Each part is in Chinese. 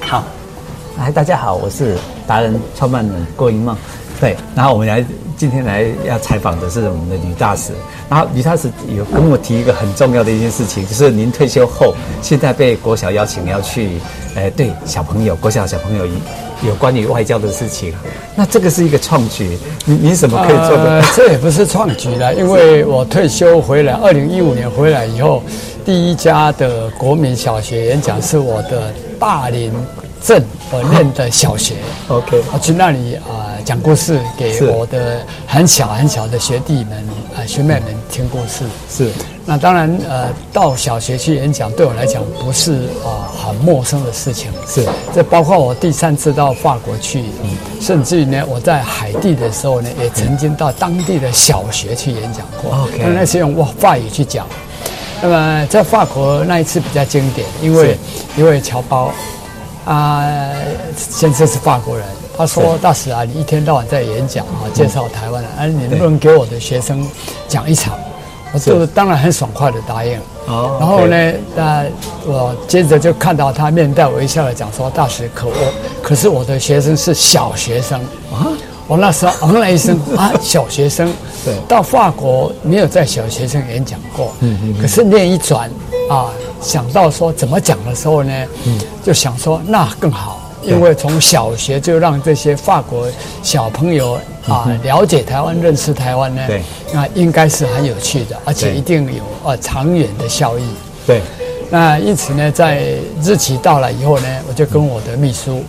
好，哎，大家好，我是达人创办人郭云梦。对，然后我们来今天来要采访的是我们的吕大使，然后吕大使有跟我提一个很重要的一件事情，就是您退休后，现在被国小邀请要去，呃，对小朋友国小小朋友有关于外交的事情，那这个是一个创举，您您怎么可以做的？呃， 这也不是创举了，因为我退休回来，二零一五年回来以后，第一家的国民小学演讲是我的大林镇我念的小学。哦 OK 我去那里啊、呃讲故事给是我的很小很小的学弟们啊、呃学妹们听故事。是那当然，呃，到小学去演讲对我来讲不是啊、呃很陌生的事情。是嗯这包括我第三次到法国去，甚至于呢，我在海地的时候呢，也曾经到当地的小学去演讲过。 OK 那那是用哇法语去讲。那么在法国那一次比较经典，因为因为侨胞啊、先生是法国人，他说是嗯大使啊，你一天到晚在演讲啊，介绍台湾啊，啊，你能不能给我的学生讲一场？我是就当然很爽快的答应。哦然后 OK 呢，那呃我接着就看到他面带微笑的讲说：“大使，可我可是我的学生是小学生啊。”我那时候嗯了一声啊，小学生。对到法国没有在小学生演讲过，嗯嗯可是念一转啊，想到说怎么讲的时候呢，嗯，就想说那更好，因为从小学就让这些法国小朋友啊了解台湾、认识台湾呢，对，那应该是很有趣的，而且对一定有啊长远的效益。对那因此呢，在日期到了以后呢，我就跟我的秘书，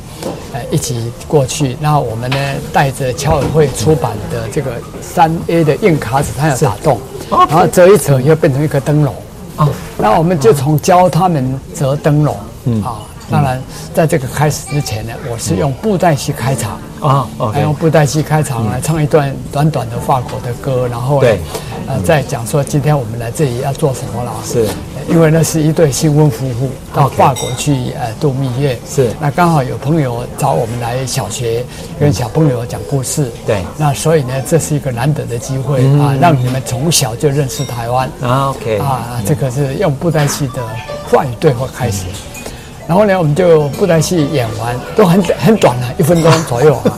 呃，一起过去。那我们呢，带着侨委会出版的这个三 A 的硬卡纸，它有打洞， OK 然后折一折又变成一个灯笼。哦那我们就从教他们折灯笼。啊，当然，在这个开始之前呢，我是用布袋戏开场。哦还用 OK 嗯布袋戏开场来唱一段短短的法国的歌，然后呢对，嗯呃，再讲说今天我们来这里要做什么啦？是呃，因为那是一对新婚夫妇到法国去呃度蜜月，是那刚好有朋友找我们来小学跟小朋友讲故事，对嗯那所以呢，这是一个难得的机会啊，让你们从小就认识台湾，啊 OK 啊，这个是用布袋戏的话语对话开始。然后呢，我们就布袋戏演完，都很很短了，一分钟左 右啊。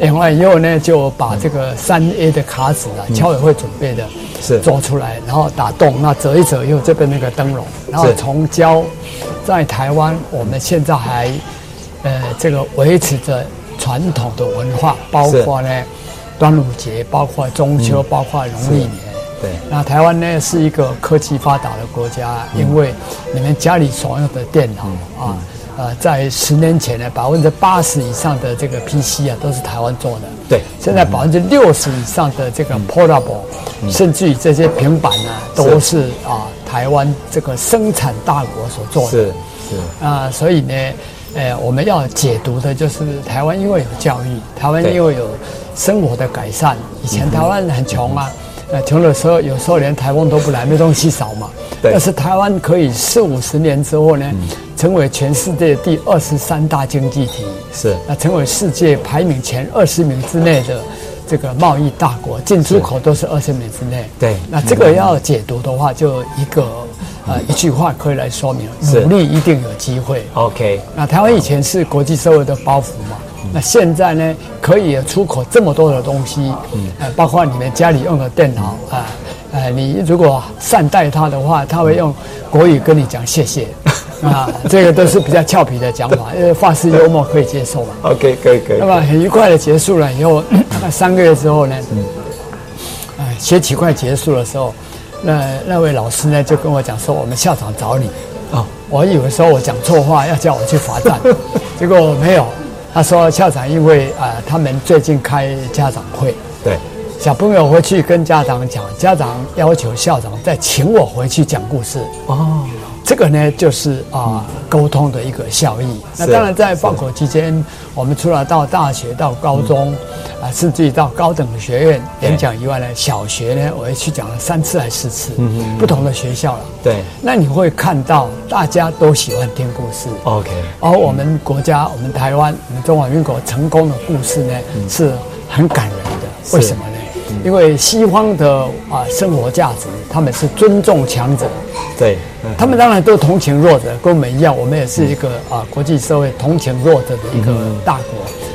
演完以后呢，就把这个三 A 的卡纸啊，侨委会准备的，嗯是做出来，然后打洞，那折一折以后，这边那个灯笼，然后是从胶，在台湾我们现在还，呃，这个维持着传统的文化，包是嗯括呢端午节，包括中秋，包括农历年。对那台湾呢是一个科技发达的国家，因为你们家里所用的电脑、嗯啊，呃，在十年前呢，百分之八十以上的这个 PC 啊都是台湾做的。对嗯现在百分之六十以上的这个 portable，、甚至于这些平板呢、都是啊、台湾这个生产大国所做的。是是啊、所以呢，呃，我们要解读的就是台湾因为有教育，台湾对因为有生活的改善，以前台湾很穷嗯啊，呃，穷的时候有时候连台风都不来，没东西扫嘛。对嗯但是台湾可以四五十年之后呢，成为全世界第二十三大经济体，是那成为世界排名前二十名之内的这个贸易大国，进出口都是二十名之内。对那这个要解读的话，就一个呃一句话可以来说明：是努力一定有机会。 OK 那台湾以前是国际社会的包袱嘛，那现在呢，可以出口这么多的东西，呃，包括你们家里用的电脑啊，呃，你如果善待它的话，它会用国语跟你讲谢谢，啊，这个都是比较俏皮的讲法，因为法式幽默可以接受嘛。 OK 可以可以那么很愉快的结束了以后，大概三个月之后呢，呃，学期快结束的时候，那那位老师呢就跟我讲说，我们校长找你。哦我以为说我讲错话，要叫我去罚站，结果没有。他说校长因为啊、呃他们最近开家长会，对小朋友回去跟家长讲，家长要求校长再请我回去讲故事。哦这个呢，就是啊、沟通的一个效益。那是当然，在放口期间，我们除了到大学、到高中，嗯啊、甚至于到高等学院对演讲以外呢，小学呢，我也去讲了三次还是四次，嗯不同的学校了。对那你会看到大家都喜欢听故事。 OK 而我们国家，我们台湾，我们中华民国成功的故事呢，嗯是很感人的。为什么呢？因为西方的啊、生活价值，他们是尊重强者，对他们当然都同情弱者，跟我们一样，我们也是一个啊国际社会同情弱者的一个大国。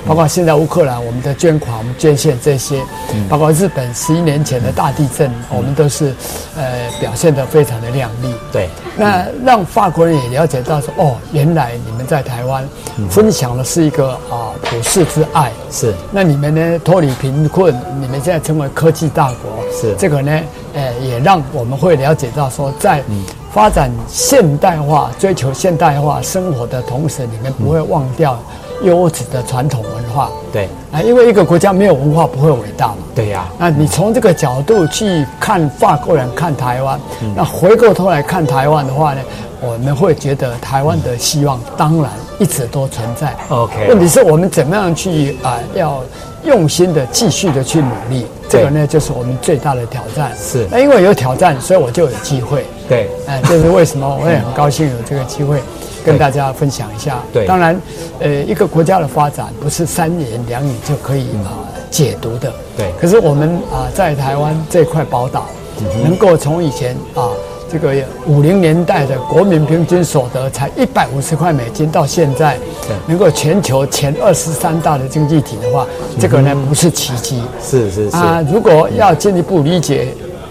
包括现在乌克兰，我们的捐款、我们捐献这些，包括日本十一年前的大地震，我们都是呃表现得非常的亮丽。对，那让法国人也了解到说，哦，原来你们在台湾分享的是一个啊普世之爱。是那你们呢脱离贫困，你们现在成为科技大国，是这个呢，呃，也让我们会了解到说，在嗯发展现代化、追求现代化生活的同时，你们不会忘掉优质的传统文化。对，啊，因为一个国家没有文化不会伟大嘛。对呀、啊那你从这个角度去看法国人看台湾，嗯那回过头来看台湾的话呢，我们会觉得台湾的希望当然一直都存在。 OK 问题是我们怎么样去啊、要用心的继续的去努力，这个呢就是我们最大的挑战。是那因为有挑战，所以我就有机会。对，哎，这是为什么？我也很高兴有这个机会跟大家分享一下。对当然，呃，一个国家的发展不是三言两语就可以啊、解读的。对可是我们啊、在台湾这块宝岛，能够从以前啊、这个五零年代的国民平均所得才一百五十块美金，到现在对能够全球前二十三大的经济体的话，这个呢不是奇迹。嗯是是是，啊，如果要进一步理解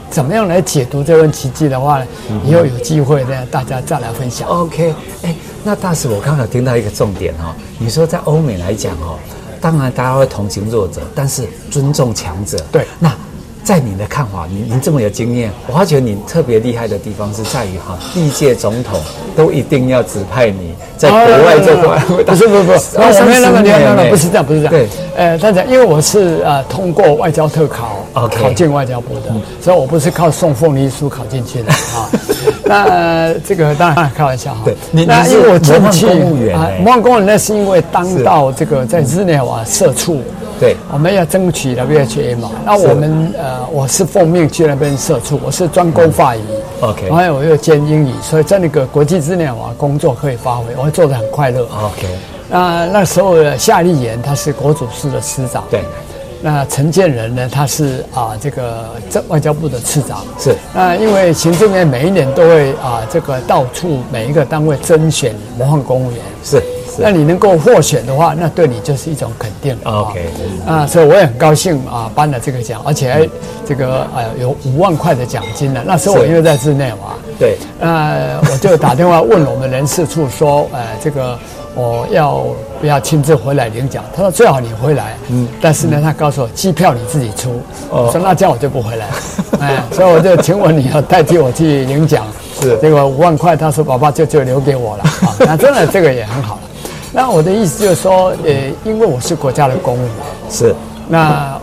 怎么样来解读这份奇迹的话呢，嗯以后有机会呢，大家再来分享。 OK，哎，那大使，我刚好听到一个重点哦，你说在欧美来讲哦，当然大家会同情弱者，但是尊重强者。对那。在你的看法，您您这么有经验，我发觉你特别厉害的地方是在于哈，历届总统都一定要指派你哦在国外做国外会哎不大是不是 不是，我没有那么没有那么不是这样，不是这样。欸对，呃，大家因为我是呃通过外交特考 OK 嗯考进外交部的，所以我不是靠送凤梨酥考 进去的啊。那呃这个当然开玩笑哈对你。那你是因为我进去模范公务员啊欸模范公务员那是因为当是到这个在日内瓦社畜。对我们要争取 WHA 嘛。啊那我们呃，我是奉命去那边社畜，我是专攻法语、 OK 然后我又兼英语，所以在那个国际日内瓦工作可以发挥，我做的很快乐。 OK，那那时候的夏立言他是国主室的师长，对。那陈建仁呢，他是啊这个这外交部的次长，是那因为行政院每一年都会啊这个到处每一个单位甄选模范公务员，是那是你能够获选的话，那对你就是一种肯定了。 OK 啊、所以我也很高兴啊，颁了这个奖，而且还这个呃有五万块的奖金呢。那时候我是因为在日内瓦，对呃，我就打电话问我们人事处说，呃，这个我要不要亲自回来领奖？他说最好你回来，嗯，但是呢，他告诉我机票你自己出，哦我说那这样我就不回来，哎，所以我就请我女儿代替我去领奖，是结果五万块，他说爸爸就就留给我了，啊，那真的这个也很好了。那我的意思就是说，呃，因为我是国家的公务员，是那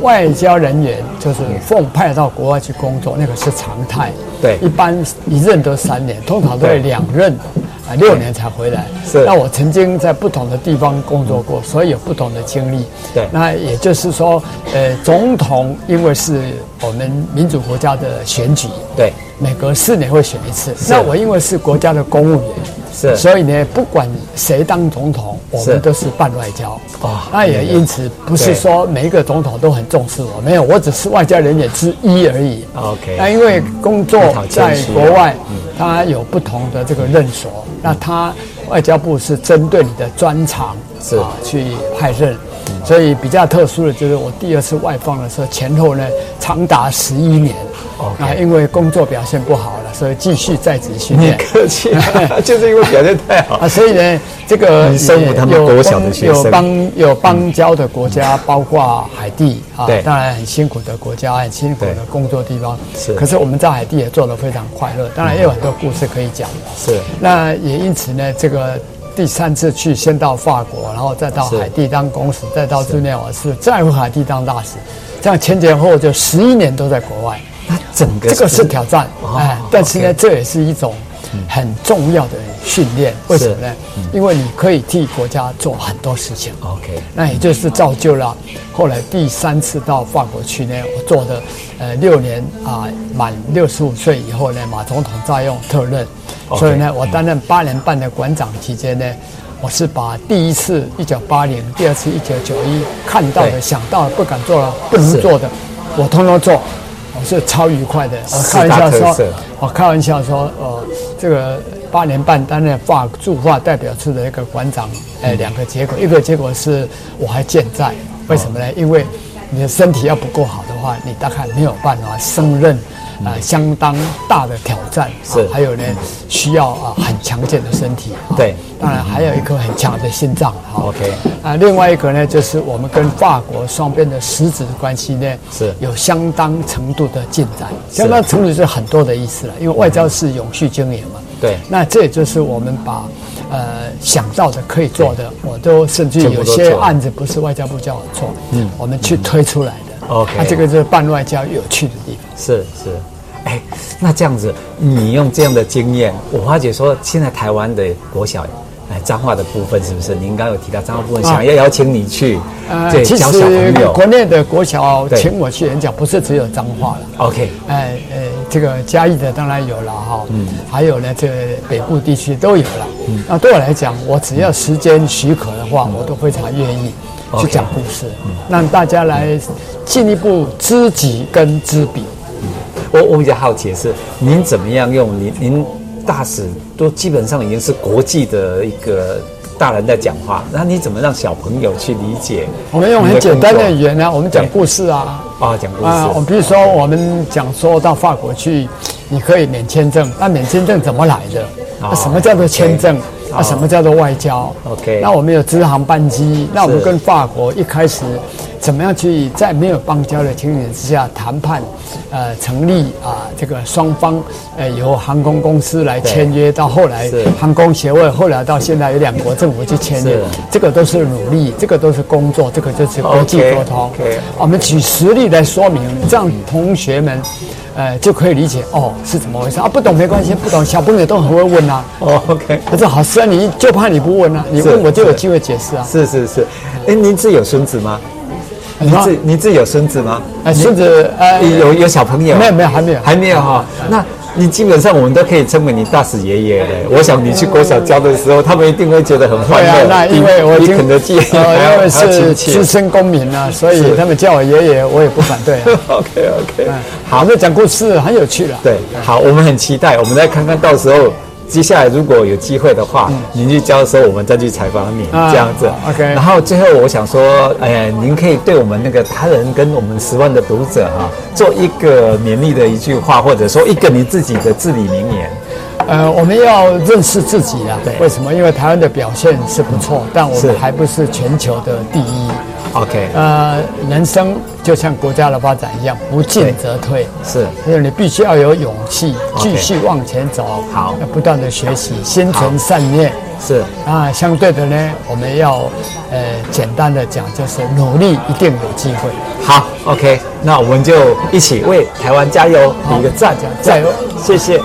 外交人员就是奉派到国外去工作，那个是常态。对一般一任都三年，通常都对会两任啊六年才回来。是那我曾经在不同的地方工作过，所以有不同的经历。嗯对那也就是说，呃，总统因为是我们民主国家的选举，对每隔四年会选一次。那我因为是国家的公务员，是所以呢，不管谁当总统，我是们都是办外交。哦那也因此不是对说每一个总统都很重视我，没有，我只是外交人员之一而已。 OK 那因为工作嗯好谦在虚啊国外，他有不同的这个认所，那他外交部是针对你的专长是嗯啊去派任。所以比较特殊的就是我第二次外放的时候，前后呢长达十一年， OK 啊，因为工作表现不好了，所以继续在职 训练。客气了，就是因为表现太好。啊，所以呢，这个你生活他们有国小的学生嗯有邦有邦交的国家，包括海地啊对，当然很辛苦的国家，很辛苦对的工作地方。是可是我们在海地也做得非常快乐，当然也有很多故事可以讲。是那也因此呢，这个第三次去，先到法国，然后再到是海地当公使，再到日内瓦市，再回海地当大使，这样前前后后就十一年都在国外。那整个这个是挑战，哦哎，但是呢， OK 嗯这也是一种很重要的训练。为什么呢？因为你可以替国家做很多事情。 OK 那也就是造就了后来第三次到法国去呢，我做的呃六年啊、满六十五岁以后呢，马总统再用特任 OK 所以呢，我担任八年半的馆长期间呢，我是把第一次一九八零，第二次一九九一看到的、对想到的、不敢做的、不能是做的，我通通做。我是超愉快的。我四开玩大笑特说色，我哦开玩笑说，呃，这个八年半担任法驻法代表处的一个馆长，哎、嗯两个结果，一个结果是我还健在，为什哦么呢？因为你的身体要不够好的话，你大概没有办法胜任。啊、相当大的挑战，嗯是嗯啊还有呢，需要啊、很强健的身体，啊对当然还有一颗很强的心脏，哈、 OK 啊，另外一个呢，就是我们跟法国双边的实质关系呢，是有相当程度的进展，相当程度是很多的意思了，因为外交是永续经营嘛。对那这也就是我们把呃想到的可以做的，我都甚至全部有都些做了案子不是外交部叫我做，嗯，我们去推出来的。 OK 那这个就是办外交有趣的地方。是是，哎，那这样子，你用这样的经验，我发觉说，现在台湾的国小，哎，彰化的部分是不是？您刚刚有提到彰化部分，想要邀请你去，对，啊呃其教小朋实友国内的国小对请我去演讲，不是只有彰化了。 ，OK，哎哎，这个嘉义的当然有了哈，嗯，还有呢，这个北部地区都有了。嗯那对我来讲，我只要时间许可的话，我都非常愿意去 OK 嗯讲故事，让大家来进一步知己跟知彼。我我比较好奇的是，您怎么样用您您大使都基本上已经是国际的一个大人在讲话，那你怎么让小朋友去理解我们用哦你很的简工单作的语言呢，我们讲对故事啊，啊讲故事？啊，我比如说我们讲说到法国去，你可以免签证，那免签证怎么来的？哦那什么叫做签证？ OK 啊，什么叫做外交 OK 那我们有直航班机，那我们跟法国一开始怎么样去在没有邦交的情形之下谈判，呃，成立啊、这个双方呃由航空公司来签约，到后来是航空协会，后来到现在有两国政府去签约是，这个都是努力，这个都是工作，这个就是国际 OK，沟通。 OK 我们举实例来说明，这样同学们，呃，就可以理解哦是怎么回事啊。不懂没关系，不懂小朋友都很会问啊。哦 OK。他说好是啊，你就怕你不问啊，你是问我就有是机会解释啊。是是是，哎，您自己有孙子吗？你您自您自己有孙子吗？呃，啊孙子呃，有有小朋友？没有没有还没有还没有哈。那你基本上我们都可以称为你大使爷爷了。我想你去国小教的时候，他们一定会觉得很欢对乐。啊，那比因为我已比经肯德 基还呃，因要为还要亲是切 资。深公民啊，所以是他们叫我爷爷，我也不反对啊。 OK OK，好，那讲故事很有趣了。对，好，我们很期待，我们再看看到时候。接下来如果有机会的话，您去教的时候，我们再去采访你、嗯啊这样子。 OK 然后最后我想说，呃，您可以对我们那个他人跟我们十万的读者哈、做一个勉励的一句话，或者说一个你自己的至理名言。呃，我们要认识自己啊对。为什么？因为台湾的表现是不错，但我是们还不是全球的第一。 OK，、呃，人生就像国家的发展一样，不进则退。是所以你必须要有勇气 OK 继续往前走。好要不断的学习，心存善念。是啊，相对的呢，我们要呃简单的讲，就是努力一定有机会。好 OK，那我们就一起为台湾加油，比一个赞加油加油谢谢。